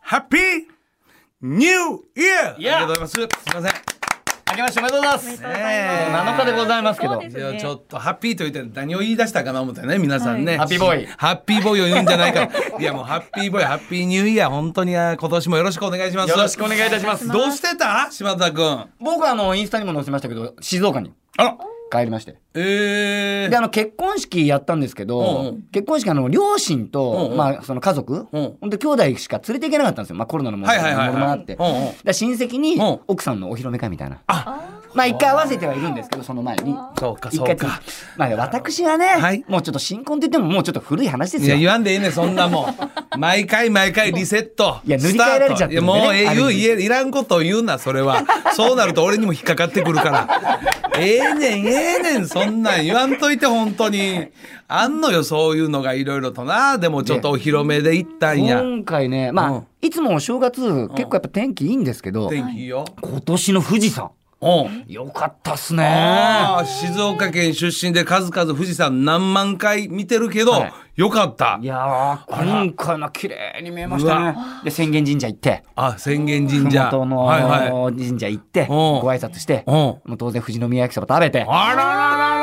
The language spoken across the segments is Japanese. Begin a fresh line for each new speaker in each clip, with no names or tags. ハッピーニューイヤー
いや
ありがとうございます。すいません。
明けましておめでとうございま
お
す
めでとうございます
ねえ
7日でございますけ
そ
ど
うです
いや
ね
ちょっとハッピーと言って何を言い出したかな思ったよね皆さんね、
はい
ハッピーボーイ
ハッピーボーイを言うんじゃないかいやもうハッピーボーイハッピーニューイヤー本当にあ今年もよろしくお願いします
よろしくお願いいたしま
お願いし
す
ます
どうしてた柴田君あ
僕はあのインスタにも載せましたけど静岡に
ら
帰りまして
え
であの結婚式やったんですけど、
うんうん
結婚式あの両親と、
うんうん
まあ、その家族、
うん
ほんと兄弟しか連れていけなかったんですよ、まあ、コロナの問題
はいはいはいはい
もろもろあって、
うんうん
だから親戚に
うん
奥さんのお披露目会みたいな、
あ
まあ一回合わせてはいるんですけどその前に
そうか
一
そう
回つ
か
まあ私はね、
はい
もうちょっと新婚って言ってももうちょっと古い話で
い
すよ
や言わんでいいねそんなもん毎回毎回リセット
いや塗り
スタート
替えられちゃってる
いや
んでね
もうええ
ある
言
意
う
味
言えいらんことを言うなそれはそうなると俺にも引っかかってくるからええねんええねんそんなん言わんといて本当にあんのよそういうのがいろいろとなでもちょっとお披露目で行ったんや
今回ねまあ、
うん
いつもお正月結構やっぱ天気いいんですけど、
天気いいよ、
今年の富士山
うん
よかったっすね
ああ静岡県出身で数々富士山何万回見てるけど、
はい
よかった
いやー今回の綺麗に見えました
う
ねで宣言神社行って
あ宣言神社
麓の
はいはい
神社行ってご挨拶して
うん
もう当然富士宮焼きそば食べて
あららら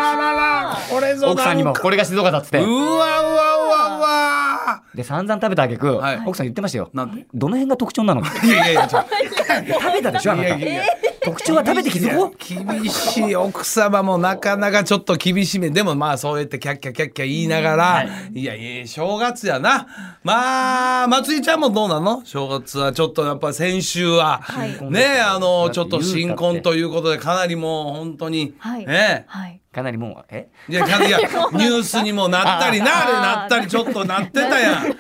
らららこれぞなん
奥
か
さんにもこれが静岡だっつっ
う
て
わうわうわ
で散々食べた挙句
はい
奥さん言ってましたよ
うわなんで
どの辺が特徴なの食
いやいやいや ちょ
べたでしょあ
い
な
や
た
いやいや
特徴は食べて気づこう
厳しい奥様もなかなかちょっと厳しめでもまあそうやってキャッキャキャッキャ言いながら、い、やいや正月やなまあ松井ちゃんもどうなの正月はちょっとやっぱ先週は、
はい
ねあの
だって
ちょっと新婚ということでかなりもう本当に、
はい
ね
はい。
かなりもうえ
いや、かいや、ニュースにもなったりな、あれなったり、ちょっとなってたやん。どう、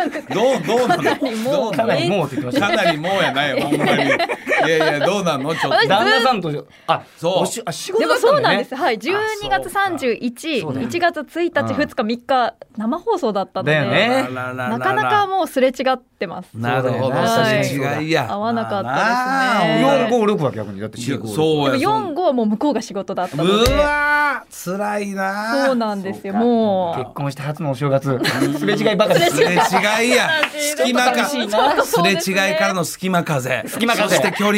どうなの。どう
か
な
なり
の。
もうって言ってました
かなりもうやないよ、ほんまに。いやいや、どうなんの、ちょっと。
旦那さんとあ
そう
おしあ仕事
で
だ
も
った
そ
ん
う
だ
なん
ね
です。はい。12月31、
そうだよね
1月1日、
うん
2日、3日生放送だったの
だ
で、
よね
らららら
なかなか。もうすれ違ってます。
なるほど、
は
差
い
し違いや。
合わなかったですね
まあな
そう
4 5 6は逆にだって
いや
4 5
そう
でも
や。
4号も向こうが仕事だっ
そ
たの
う
で、
うわー、辛いな。
そうなんですよ。
そうか
も
結婚して初のお正月すれ違いばかり
すれ違いや。隙間か。
う。なんか
す
そう
れ
で
違
ね
いからの隙間風。
隙間風
そして距離。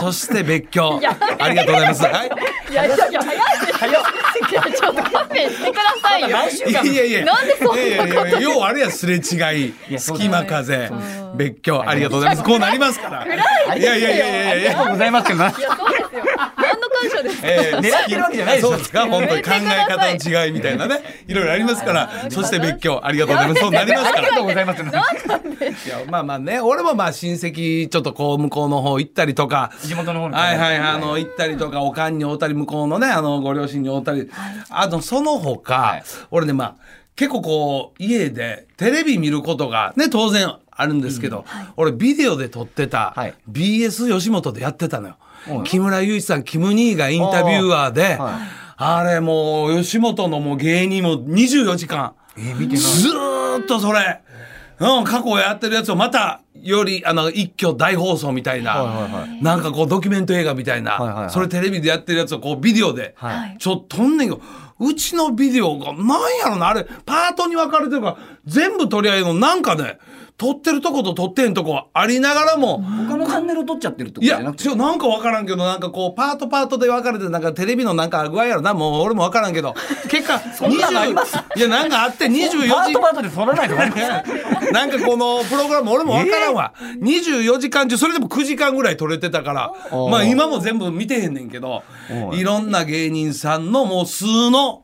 そして別居。ありがとうございます。はい。
いやいやいや早いです
早っ
よ。ちょっと勘弁してくださいよ。
来週
いや
間
いやいや。
なんでそんなこと
いやいやいや要はあれやすれ違
い
い、
やそう
隙間風、別居、ありがとうございます。こうなりますから。いやいやいやいやい
ありが
や。
とうございますけどな狙
そうですよ。何の感謝ですか。
ええ
狙ってるわけじゃないでしょ
そうですか本当に考え方の違いみたいなねいろいろありますからそして別居ありがとうございますそうなりますから
ありがとうございます
いやまあまあね俺もまあ親戚ちょっとこう向こうの方行ったりとか
地元の方に
はいはいあの行ったりとかおかんに会うたり向こうのねあのご両親に会うたりあのその他、俺ねまあ結構こう家でテレビ見ることがね当然あるんですけど、俺ビデオで撮ってた
はい
BS 吉本でやってたのよ、
うん
木村祐一さんキム兄がインタビュアーで
あーはい
あれもう吉本のもう芸人も24時間ずーっとそれ、うん、過去やってるやつをまたよりあの一挙大放送みたいな、
はいはいは
なんかこうドキュメント映画みたいな、
はいはいはい
それテレビでやってるやつをこうビデオで、
はい
ちょっと撮んねんけどうちのビデオがなんやろなあれパートに分かれてるから全部撮り合いのなんかね撮ってるとこと撮ってんとこありながらも。
他のチャンネルを取っちゃってるって
いや、違う、なんかわからんけど、なんかこう、パートパートで分かれて、なんかテレビのなんか具合やろな、もう俺もわからんけど、結 果、20、いや、なんかあって24時、
パートパートで取らないとかね
なんかこのプログラム俺もわからんわ、24時間中それでも9時間ぐらい撮れてたから
おー
まあ今も全部見てへんねんけど
おい
いろんな芸人さんのもう数の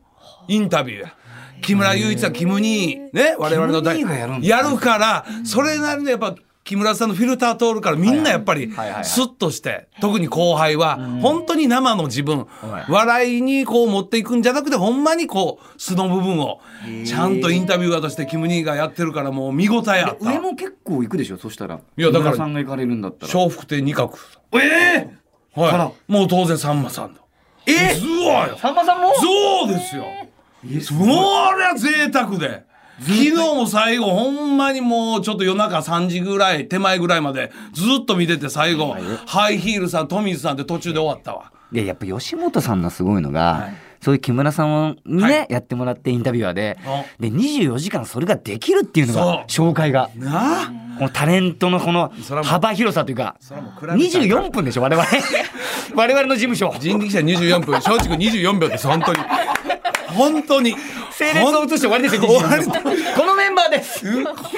インタビューや。木村雄一さん、キム兄、ね、我々の大
キム兄がやるんだ
やるから、それなりのやっぱ、木村さんのフィルター通るから、みんなやっぱり
はいはいは、い
スッとして、特に後輩は、本当に生の自分、笑いにこう持っていくんじゃなくて、ほんまにこう、素の部分を、ちゃんとインタビュアーとしてキム兄がやってるから、もう見応えあった
上。も結構行くでしょそしたら
いやだから
木村さんが行かれるんだったら
笑福亭二角さん。ええ
あ
は
ら
い。もう当然さんまさんだ。えずわよ。
さんまさんも
そうですよ。
えす
もうあれは贅沢で。昨日も最後、ほんまにもうちょっと夜中3時ぐらい、手前ぐらいまでずっと見てて最後、ハイヒールさん、トミーズさんって途中で終わったわ。
いややっぱ吉本さんのすごいのが、そういう木村さんをね、
はい
やってもらってインタビュアーで
あ
で24時間それができるっていうのが紹介が
なあ
このタレントのこの
それはもう
幅広さというか
それはもう比べたら
24分でしょ我々我々の事務所
人力車24分松竹24秒です本当に本当に
整列を移して終わりですよ
ほん終
24分このメンバーです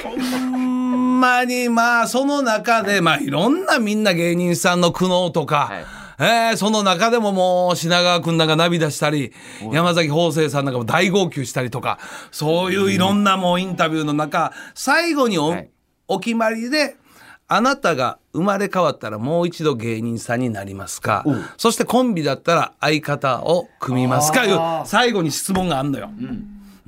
ほんまにまあその中でまあいろんなみんな芸人さんの苦悩とか、えーその中でももう品川君なんか涙したり山崎邦生さんなんかも大号泣したりとかそういういろんなもうインタビューの中最後にお,、
はい
お決まりであなたが生まれ変わったらもう一度芸人さんになりますかそしてコンビだったら相方を組みますかいう最後に質問があんのよ。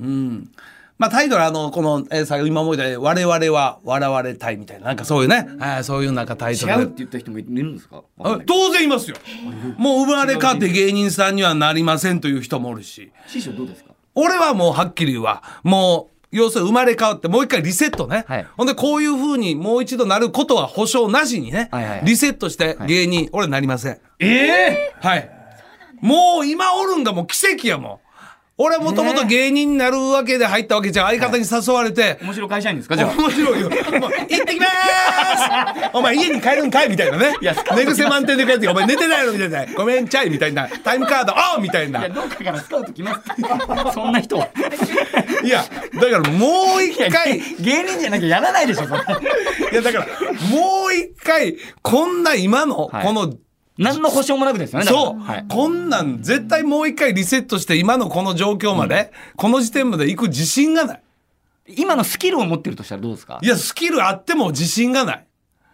うん。まあ、タイトルはあの、この、えー、最後今思い出、我々は笑われたいみたいな、なんかそういうね、はい、そういうなんかタイト
違うっ
ル
て
で。
言った人もいるんですか
あ当然いますよ。もう生まれ変わって芸人さんにはなりませんという人もおるし。
師匠どうですか
俺はもうはっきり言うわ。もう、要するに生まれ変わってもう一回リセットね。
はい
ほんでこういう風にもう一度なることは保証なしにね。
はいはいはい
リセットして芸人、俺なりません。
ええ
はい。もう今おるんがもう奇跡やもん。俺はもともと芸人になるわけで入ったわけじゃん相方に誘われて、
面白い会社員ですかじゃあ
面白いよ。もう行ってきまーす。お前家に帰るんかいみたいなね。寝癖満点で帰ってきて、お前寝てないのみたいな。ごめんちゃいみたいな。タイムカードあみたいな。
いやどっかからスカウト来ます そんな人はい
や、だからもう一
いや
回。い
芸人じゃなきゃやらないでしょそれ
や、だからもう一回、こんな今の、
はい
この、
何の保証もなくですよねだから
そう、
はい
こんなん絶対もう一回リセットして今のこの状況まで、この時点まで行く自信がない。
今のスキルを持ってるとしたらどうですか
いや、スキルあっても自信がない。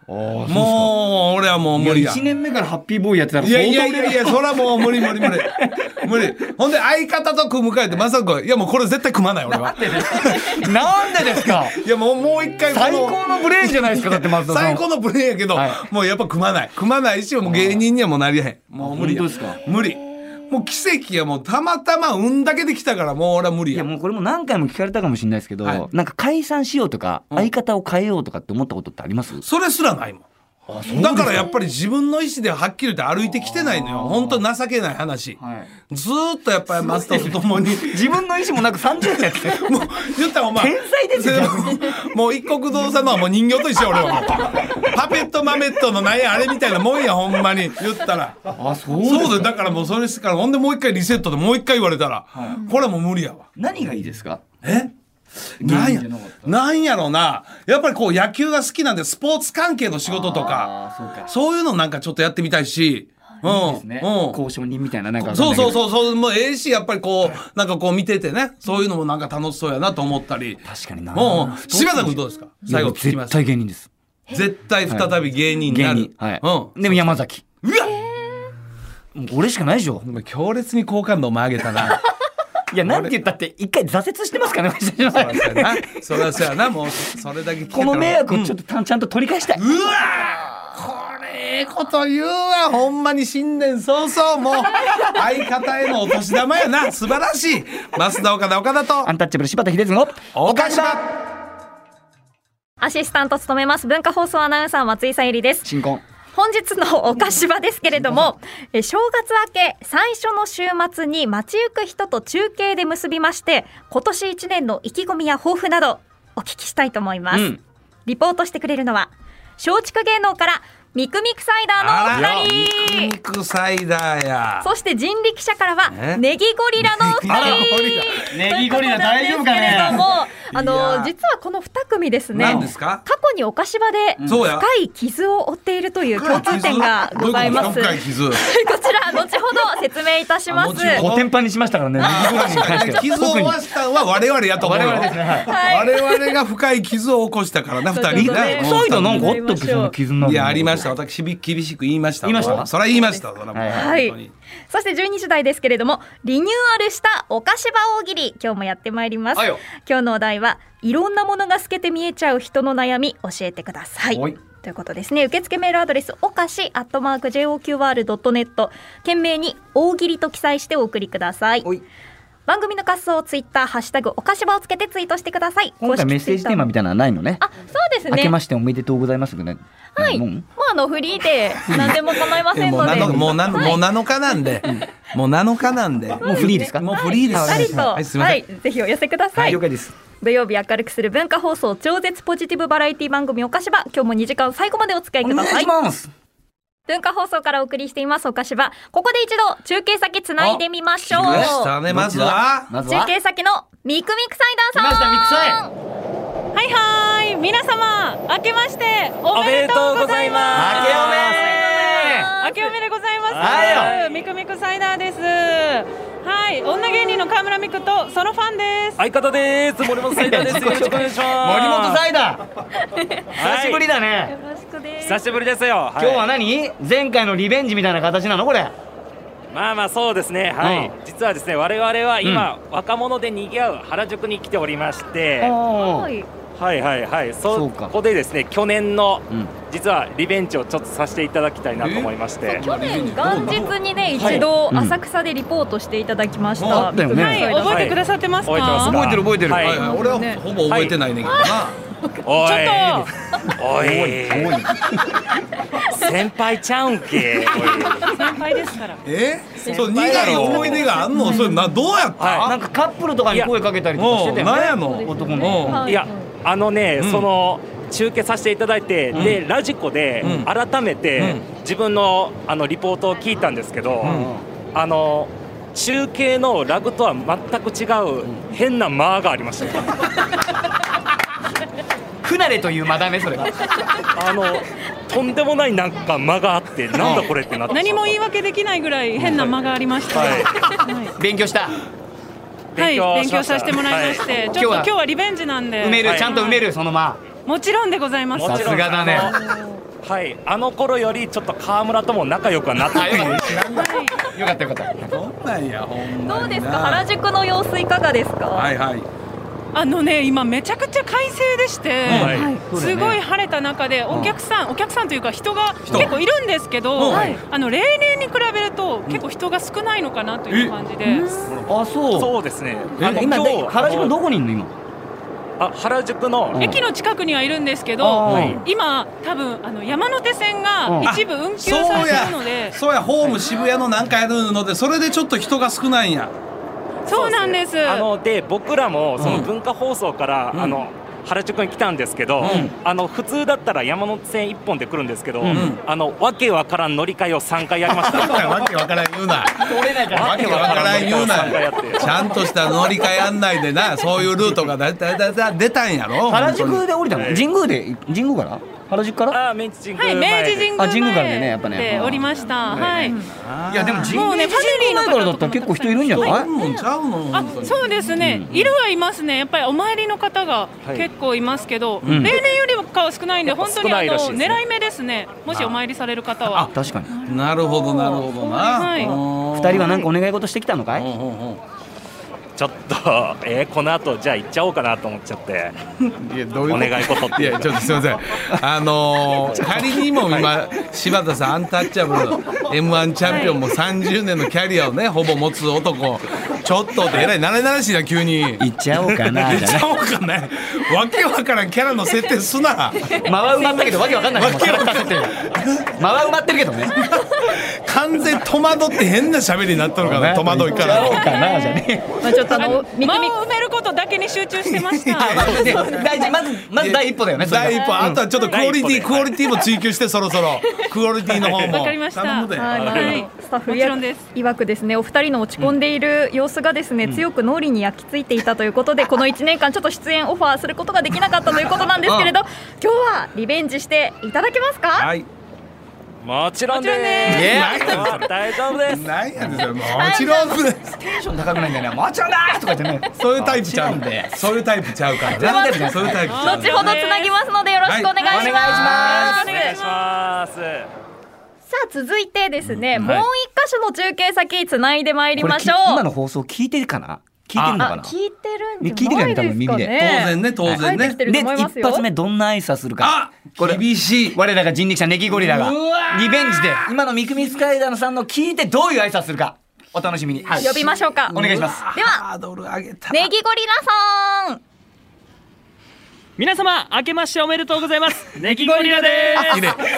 も
もう、俺はもう無理や。
1年目からハッピーボーイやってたら
い
相
や
当
いやいやいや、そらもう無理無理無理。無理。ほんで相方と組むかえって、まさか、いやもうこれ絶対組まない俺は。
なんでですか
いやもうもう一回この
最高のブレーンじゃないですかだって松田さん
最高のプレーやけど、
はい
もうやっぱ組まない。組まないし、もう芸人にはもうなりへん。もう無理や。
本当ですか
無理。もう奇跡や、もうたまたま運だけできたから、もう俺は無理
い
や。
やもうこれも何回も聞かれたかもしれないですけど、
はい
なんか解散しようとか、相方を変えようとかって思ったことってあります
それすらないもん。だからやっぱり自分の意思ではっきり言って歩いてきてないのよ。本当情けない話。
はい
ずーっとやっぱりマスターと共に。
自分の意思もなく30年やってる
もう言ったらお前
天才ですよ
それもう一国道さんのはもう人形と一緒俺はもうパペットマメットのなんやあれみたいなもんやほんまに言ったら
あそ
そうだよだからもうそれしてからほんでもう一回リセットでもう一回言われたら、これはもう無理やわ
何がいいですか
えなんやなんやろなやっぱりこう野球が好きなんでスポーツ関係の仕事とか
あーそうか
そういうのなんかちょっとやってみたいしうん
いいですね、
うん
交渉人みたいななんか
そうそう
う
そうそうもうええしやっぱりこうなんかこう見ててねそういうのもなんか楽しそうやなと思ったり
確かにな
もうん柴田君どうですか最後聞きま
絶
す
対芸人です
絶対再び芸人に
芸
なる
人はい、
う
でも山崎
んうわ
もう俺しかないでしょ
お前強烈に好感度を上げたな
いやなんて言ったって一回挫折してますからね 私
そらそうやなそらそうやなもうそれだけ聞けた
こ
ら
の迷惑をちょっとたちゃんと取り返したい、
うわこれええこと言うわほんまに新年早々もう相方へのお年玉やな素晴らしい増田岡田岡田
ア
と
ンタッチャブル柴田秀嗣の
岡島
アシスタント務めます文化放送アナウンサー松井さゆりです
新婚
本日のお菓子場ですけれど も、え正月明け最初の週末に街行く人と中継で結びまして、今年一年の意気込みや抱負などお聞きしたいと思います。
うん
リポートしてくれるのは松竹芸能からミクミクサイダーのお二人。
肉肉サイダーや
そして人力車からは
え
ネギゴリラのお二
あら
人。
ゴリラ
ネギゴリラ大丈夫かね
ということなんですけれども、あ
いや
の実はこの二組ですね。
何ですか
過去にお菓子場で
そうや
深い傷を負っているという共通点がございます。
どういうことですか
こちら後ほど説明いたします。
あ後ほど
は
お天パにしましたからねネギゴリラに関して
深い傷を
特
負
に
わしたのは我々やと思うよ
我々ですねはい
い。
我々が深い傷を起こしたからな
そ
二人
うそうそう
ね
ね
サイダーなんかあったっけその傷になるの
いやありました私び厳しく言いました
言いました
それは言いましたそれはもう
はい
はい
本当に
そして12時台ですけれどもリニューアルしたお菓子場大喜利今日もやってまいります。
はいよ
今日のお題はいろんなものが透けて見えちゃう人の悩み教えてください。
はい
ということですね受付メールアドレスおかしアットマーク JOQR.net 懸命に大喜利と記載してお送りください
おい
番組の感想をツイッターハッシュタグおかしばをつけてツイートしてください
今回メッセージテーマ
公式
みたいなのはないのね
ツイッターもあそうです
明
ね
けましておめでとうございますぐらい
はい
もん
まあのフリーで何でも構いませ ん
もう
ので
7日もうなもう7日なん で、もう7日なんで。
もうフリーですか
もうフリーです。
しっ
は
か
い、
り
す
と、
みま
は
せん
い。、ぜひお寄せくださ
はい
い
了。解です
土曜日明るくする文化放送超絶ポジティブバラエティ番組おかしば今日も2時間最後までお付き合い
お
くだ
願い
さい
します
文化放送からお送りしていますおかしばここで一度中継先つないでみましょう
来ましたね、まずは。
まず
中
は
継先のミクミクサイダーさん
来ましたミクサ
はいはい皆様明けましておめでとうございます
明けおめ
明けおめでございます
はい
みくみくサイダーですはい女芸人の河村みくとそのファンです
相方です森本サイダ ーですよろしくお願いします
森本サイダー
はい
久しぶりだね
よろしくです
久しぶりですよ、
今日はい何前回のリベンジみたいな形なのこれ
まあまあそうですねはい、
う
実はですね我々は今、若者で賑わう原宿に来ておりまして
お
は
ー
い
はいはいはいそ
そうか
ここでですね去年の、
うん
実はリベンジをちょっとさせていただきたいなと思いまして
去年元日にね一度浅草でリポートしていただきまし
うんあ
た、
ったよね
はい覚えてくださってますか、
覚えてますか
覚えてる覚えてる
は、
はいい、はい俺はほぼ覚えてないねんけどな。
おい
ち
おい 先輩ちゃうんけおい
先輩ですから
えそう、苦い思い出があんの、それ、な、どうやった。
はい
なんかカップルとかに声かけたりとかしてたよね
なんやの。
男
うん
の
はい
いやあのね、
うん
その中継させていただいて、
うん
でラジコで
うん
改めて、
う
自分のあのリポートを聞いたんですけど、あの中継のラグとは全く違う変な間がありましたね。
不慣れというまだねそれが
あのとんでもないなんか間があってなんだこれってなって
何も言い
わ
訳できないぐらい変な間がありました、
はい
はい
勉強した
はい、勉
勉
強
強しまし
さ
た
せてもらいまして、
は
ち
い
ょっと
今
今
日は
日はリベンジなんで
埋め
は
る
い
ちゃんと埋めるそのま
もちろんでございます
さすがだね
はいあの頃よりちょっと川村とも仲良くはなった
あよかっ
はい
たよかったよかった
どんなんや、ほんま
どう
にな
ですか原宿の様子いかがですか、
はい、はい。
あのね今めちゃくちゃ快晴でして、
はい
すごい晴れた中でお客さん、お客さんというか人が結構いるんですけど、
うん
はいあの例年に比べると結構人が少ないのかなという感じで、
あそう
そうですね
え
あの
今
今日
原宿どこにいんの今
あ原宿の
駅の近くにはいるんですけ
あー
ど、
はい
今多分あの山手線
うん
が一部運休
そう
されて
や
るので、
そうや、ホーム渋谷のなんかやるので、それでちょっと人が少ないんや。
そうなんです
ねあので僕らもその文化放送から、
うん
あの原宿に来たんですけど、
ん
あの普通だったら山手線一本で来るんですけど、
ん
あのわけわからん乗り換えを三回やりました。
わけわからん言うな。
俺らじゃ
わけわからん言うな
わけわからん乗り換えを三回やって
ちゃんとした乗り換え案内でな、そういうルートがだだだだ出たんやろ。
原宿
本
で降りたの
はい
神宮で神宮から原宿から
あー明治神
はい、
宮
明
前で
治神宮
あ神宮から
前
ねやっぱね
でおりました、
うん
はい、
当に
いやでも神
もう
宮
ね
寺神宮前からだったら結構人いるんじゃ
あ
ない
んもんちゃうの。
あ
本当に
そうですね、いるはいますね、やっぱりお参りの方が
はい
結構いますけど、
ん
例年よりかは少ないんで、
やっぱ
本当に
少
あ
ない
の
らしいですね
狙い目ですね、もしお参りされる方は。
確かに
なるほどなるほどな。
はい
二
二
人はなんかお願い事してきたのか
うん
い
ちょっとえーこの後じゃあ行っちゃおうかなと思っちゃって
うんうんいやどういう
お願い事って
いやちょっとすいません。あのー仮にも今柴田さんアンタッチャブルの M1 チャンピオンも30年のキャリアをねほぼ持つ男。ちょっとってえらいなれなれしいな急に。
行っちゃおうかなじゃ
そうかね。わけわからんキャラの設定すな。
ない間は埋まったけどわけわかんないもん間は埋まってるけどね
完全に戸惑って変な喋りになったのかな戸惑いか
行っちゃ
ら
おうかなじゃね
まあ、ちょっとあ
あの
のミクミク
間を埋めることだけに集中してました。
で大事まずまず第一歩だよねそれが
第一歩あとはちょっとクオリティ
第一歩で
クオリティも追求してそろそろクオリティの方も
わかりました
頼むで
はい、
は
あ
い
のスタッフ
もちろんです
いわくですねお二人の落ち込んでいる様子がですね、強く脳裏に焼き付いていたということでこの1年間ちょっと出演オファーすることができなかったということなんですけれど今日はリベンジしていただけますか、
はい
もちろんで
もちろん
す
え
あ大丈夫です
何やねんそれもちろん
テンション高くないんだよねもちろんだーとかじゃね
そういうタイプちゃう
もちろんで
そういうタイプちゃうから
全然です
そういうタイプちゃう
後ほどつなぎますのでよろしくお願いします、
はいお願いし
よ
お
ろしくお願
願
い
い
し
し
ます
ます
さあ続いてですね、
ん
もう
はい
一箇所の中継先つないでまいり
これ
ま
き
しょう
今の放送聞いてるかな聞いてるのか
あ
な
聞いてるん
聞いて
じ
る
ゃ
よ
な
ね
いです
多
か
分耳
ね
で
当然ね当
は
然
い入って
ね
きてると思います
一
よ
発目どんな挨拶するか
あ厳しい
我らが人力車ネギゴリラが
うわー
リベンジで今の三組スカイダーさんの聞いてどういう挨拶するかお楽しみに、はい
呼びましょうか
お願いします
では
ハードル上げた
ネギゴリラさん
皆様明けましておめでとうございますネギゴリラで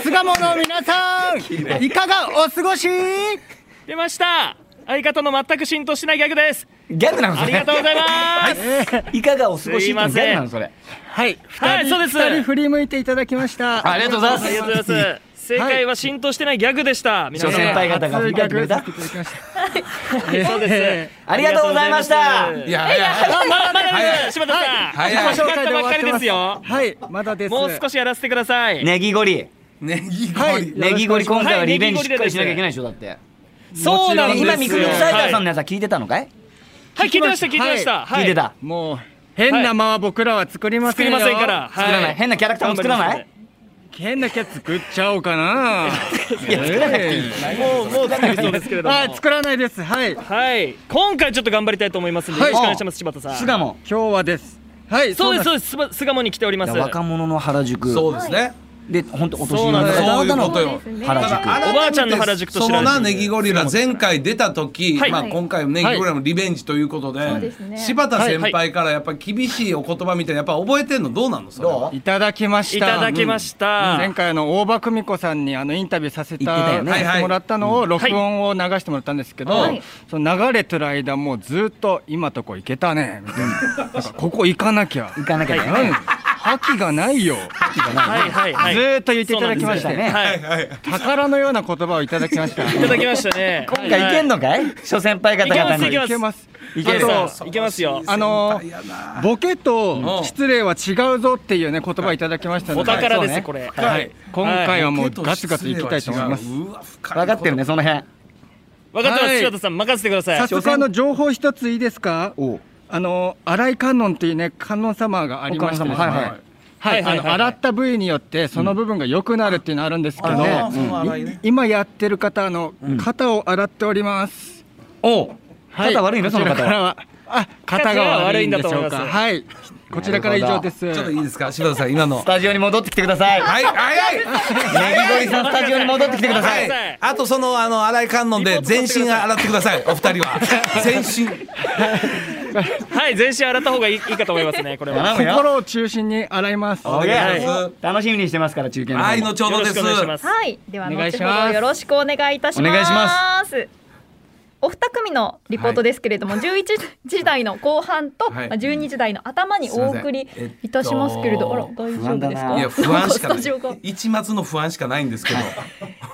す
巣鴨の皆さんいかがお過ごし
出ました相方の全く浸透しないギャグです
ギャグなの
あ
そ
り
れ
がとうございます
いかがお過ごしって
す
ギ
いません
ャグなのそれ
はい
はいそうです
二人振り向いていただきました
ありがとうございます
ありがとうございます正解は浸透してないギャグでした皆
諸先
様
輩方が振り返ってくれた
そうです
ありがとうございました
いやいや
まだまだ
早
で
い
す柴田さん
早い
始まったばっかりですよ
はいまだです
もう少しやらせてください
ネギゴリ
ネギゴ
はい
リ
ネギゴリ今回は
はい
リベンジ
ネギ
し
ゴ
っかりしな
リラです
きゃいけないでしょだって
そうなんですよ
今ミクミクサイダーさん
は
の
い
やつは聞いてたのかい
はい聞いてました聞いてました
聞いて
は
た
もう変な間は僕らは作りま
作
せん
り
よ
ませんから
作らな
はい
変なキャラクターも作らない
変なキャラ作っちゃおう かな
いや作らなくていい
もうもう作るそうですけれども
あ作らないですはい
はい今回ちょっと頑張りたいと思いますんでよ
は
ろ
い
しくお願いします柴田さん
巣鴨
今日はですはい
そうです
そ
そううですすば巣鴨に来ております
若者の原宿
そうですね
で本当お年
そうなん
の
で
そ
す
ういうことよ
原
ただ
宿
改めて
おばあちゃんの原宿と
そ
知ら
の
れてる
なネギゴリラ前回出た時、
はい
まあ今回もネギゴリラのリベンジということで,、
ですね
柴田先輩からやっぱ厳しいお言葉みたいなやっぱ覚えてんのどうなのそれは
どう
いただきました
いただきま
た
した、
前回あの大場久美子さんにあのインタビューさせ
言ってたよ
た
ね
させてもらったのを録音を流してもらったんですけど、
はい
その流れてる間もうずっと今とこ行けた ねみたいななんかここ行かなきゃ
行かなきゃいけない
うん覇気がないよ
はいはいはい
ずーっと言っていただきました
そうなんですよはい
宝のような言葉をいただきまし た
いただきましたね
今回いけんのかい諸先輩方々
いけ
に
ま
いけます
いけ
あと
ますいけますよ
あのーボケと
うん
失礼は違うぞっていうね言葉いただきましたの
お
で、
宝です、
はい
これ
はい
今回はもう
ボケと
ガツガツいきたいと思います
失礼は違ううわ深い
分かってるねその辺
分かってます、
はい
柴田さん任せてください
早速あの情報一ついいですか
おう
あの新井観音っていうね観音様がありましてですね
お観音様はいはい
は
はい
いはいはい
あの洗った部位によってその部分が良くなるっていうのあるんですけど、
あーそうなんだ
い
ね
今やってる方あの肩を洗っております、
おう肩悪いのその
こち
方
らから
は
はあ肩が悪いんでしょ
肩が悪いんだと思
うか
います
はいこちらから以上です
ちょっといいですか柴田さん今の
スタジオに戻ってきてください
はいはい
ネギゴリさんスタジオに戻ってきてくださ
はいい、あとそのあの洗い観音で全身洗ってくださいお二人は全身
はい全身洗った方がいいいいかと思いますねこれは
頼むよ
心を中心に洗います
おげ
願いします
ー楽しみにしてますから中継の方も
はい後ほ
よ
ど
ろ
で
し
す
くお願いします
はい、では
お
後
願いし
ほ
ます
どよろしくお願いいたします。
お願いしま
お二組のリポートですけれども、11時台の後半と、
はい
まあ12時台の頭にお送りいたしますけれど、
すいま
あら大
えっと
丈夫
不安だ
ですか？
ない
や不安しか
な
な
んスタジオが
い一末の不安しかないんですけど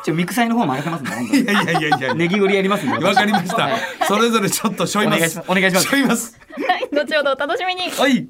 ちょミクサイの方も荒れてますね本当
いやいやいやいや
にネギゴリやりますんで
わかりましたそれぞれちょっとしょいます
お願いしますお願いします
しょいます
はい後ほどお楽しみに。
はい